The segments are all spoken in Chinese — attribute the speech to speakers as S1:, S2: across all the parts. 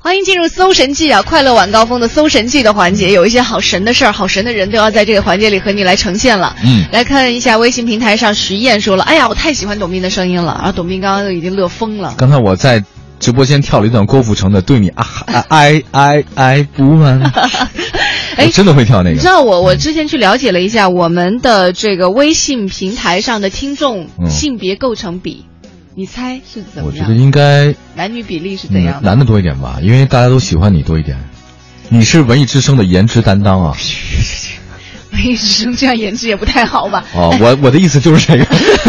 S1: 欢迎进入搜神记啊！快乐晚高峰的搜神记的环节，有一些好神的事儿、好神的人都要在这个环节里和你来呈现了。
S2: 嗯
S1: 来看一下微信平台上，徐燕说了：“哎呀，我太喜欢董斌的声音了。”然后董斌刚刚都已经乐疯 了。
S2: 刚才我在直播间跳了一段郭富城的《对你啊啊爱爱爱不完》，
S1: 哎
S2: 我真的会跳那
S1: 你知
S2: 个。
S1: 道我我之前去了解了一下我们的这个微信平台上的听众
S2: 嗯
S1: 性别构成比，你猜是怎
S2: 我
S1: 么
S2: 觉得
S1: 样？
S2: 应该
S1: 男女比例是怎
S2: 嗯
S1: 样的？
S2: 男的多一点吧，因为大家都喜欢你多一点。你是文艺之声的颜值担 当啊！
S1: 文艺之声这样颜值也不太好 吧？
S2: 哦，我我的意思就是这个。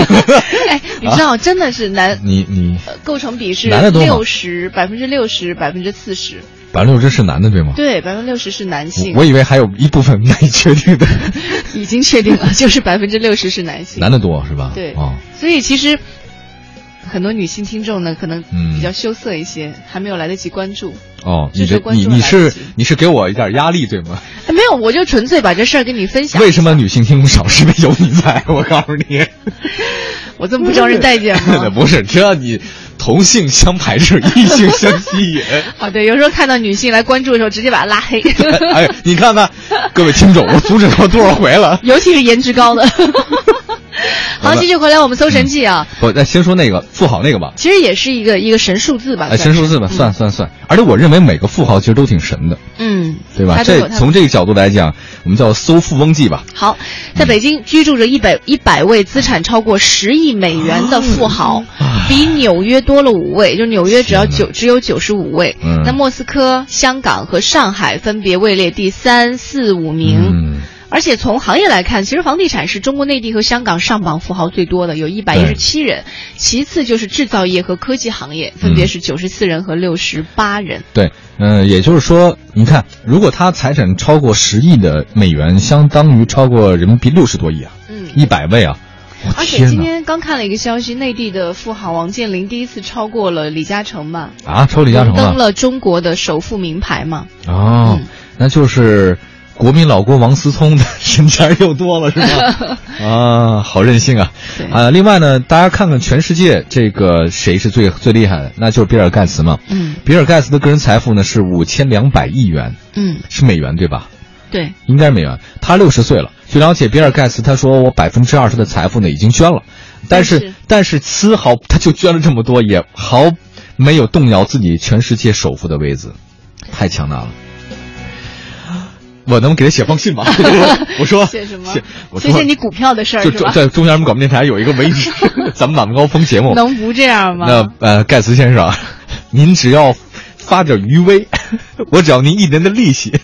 S1: 哎，你知道真的是男
S2: 你你
S1: 呃构成比是
S2: 男的多吗
S1: 六十百分之六十百分之四十，
S2: 百分之六十是男的对吗？
S1: 对，百分之六十是男性
S2: 我，我以为还有一部分没确定的，
S1: 已经确定了，就是百分之六十是男性。
S2: 男的多是吧？
S1: 对
S2: 哦，
S1: 所以其实很多女性听众呢，可能
S2: 嗯
S1: 比较羞涩一些，还没有来得及关注。
S2: 哦，你
S1: 这
S2: 这
S1: 就关
S2: 你
S1: 注了
S2: 你
S1: 来
S2: 是
S1: 不及
S2: 你是给我一点压力对吗？
S1: 哎没有，我就纯粹把这事儿跟你分享。
S2: 为什么女性听众少？是因为有你在， 我告诉你。
S1: 我这么不招人待见吗？
S2: 不是，只要你同性相排斥，异性相吸引。
S1: 啊，对，有时候看到女性来关注的时候，直接把她拉 黑，
S2: 哎，你看看，各位听众，我阻止他多少回了？
S1: 尤其是颜值高 的。好，
S2: 好的
S1: 继续回来我们搜神记啊，
S2: 我再先说那个富豪那个吧，
S1: 其实也是一个一个神数字吧，
S2: 哎，
S1: 算
S2: 神
S1: 是
S2: 数字吧，算算算。而且我认为每个富豪其实都挺神的，
S1: 嗯，
S2: 对吧？
S1: 他都有
S2: 这
S1: 他的
S2: 从这个角度来讲，我们叫搜富翁记吧。
S1: 好，在北京居住着一百一百位资产超过十亿美元
S2: 啊
S1: 的富豪，比纽约多了五位，就纽约只要九只有九十五位。
S2: 啊嗯
S1: 那莫斯科、香港和上海分别位列第三、四、五名。
S2: 嗯，
S1: 而且从行业来看，其实房地产是中国内地和香港上榜富豪最多的，有一百一十七人，其次就是制造业和科技行
S2: 嗯
S1: 业，分别是九十四人和六十八人。
S2: 对，嗯、也就是说，你看，如果他财产超过十亿的美元，相当于超过人民币六十多亿啊，
S1: 嗯，
S2: 一百倍啊！我
S1: 而且
S2: 天
S1: 今
S2: 哪
S1: 天刚看了一个消息，内地的富豪王健林第一次超过了李嘉诚吧？
S2: 啊，超李嘉诚
S1: 荣登
S2: 了
S1: 了中国的首富名牌嘛？
S2: 哦
S1: 嗯，
S2: 那就是国民老公王思聪的身价又多了是吧？啊，好任性啊！
S1: 对
S2: 啊，另外呢，大家看看全世界这个谁是最最厉害的，那就是比尔盖茨嘛。
S1: 嗯
S2: 比尔盖茨的个人财富呢是五千两百亿元，
S1: 嗯，
S2: 是美元对吧？
S1: 对，
S2: 应该是美元。他六十岁了，据了解，比尔盖茨他说我百分之二十的财富呢已经捐了，但
S1: 但是
S2: 是但是丝毫他就捐了这么多，也毫没有动摇自己全世界首富的位子，太强大了。我能给他写封信 吗？我说
S1: 写什么
S2: 写我
S1: 谢
S2: 说
S1: 谢你股票的事儿
S2: 就是
S1: 吧
S2: 中？在中央人民广播电台有一个文艺之， 咱们晚高峰节目，
S1: 能不这样吗？
S2: 那呃，盖茨先生，您只要发点余威，我只要您一年的利息，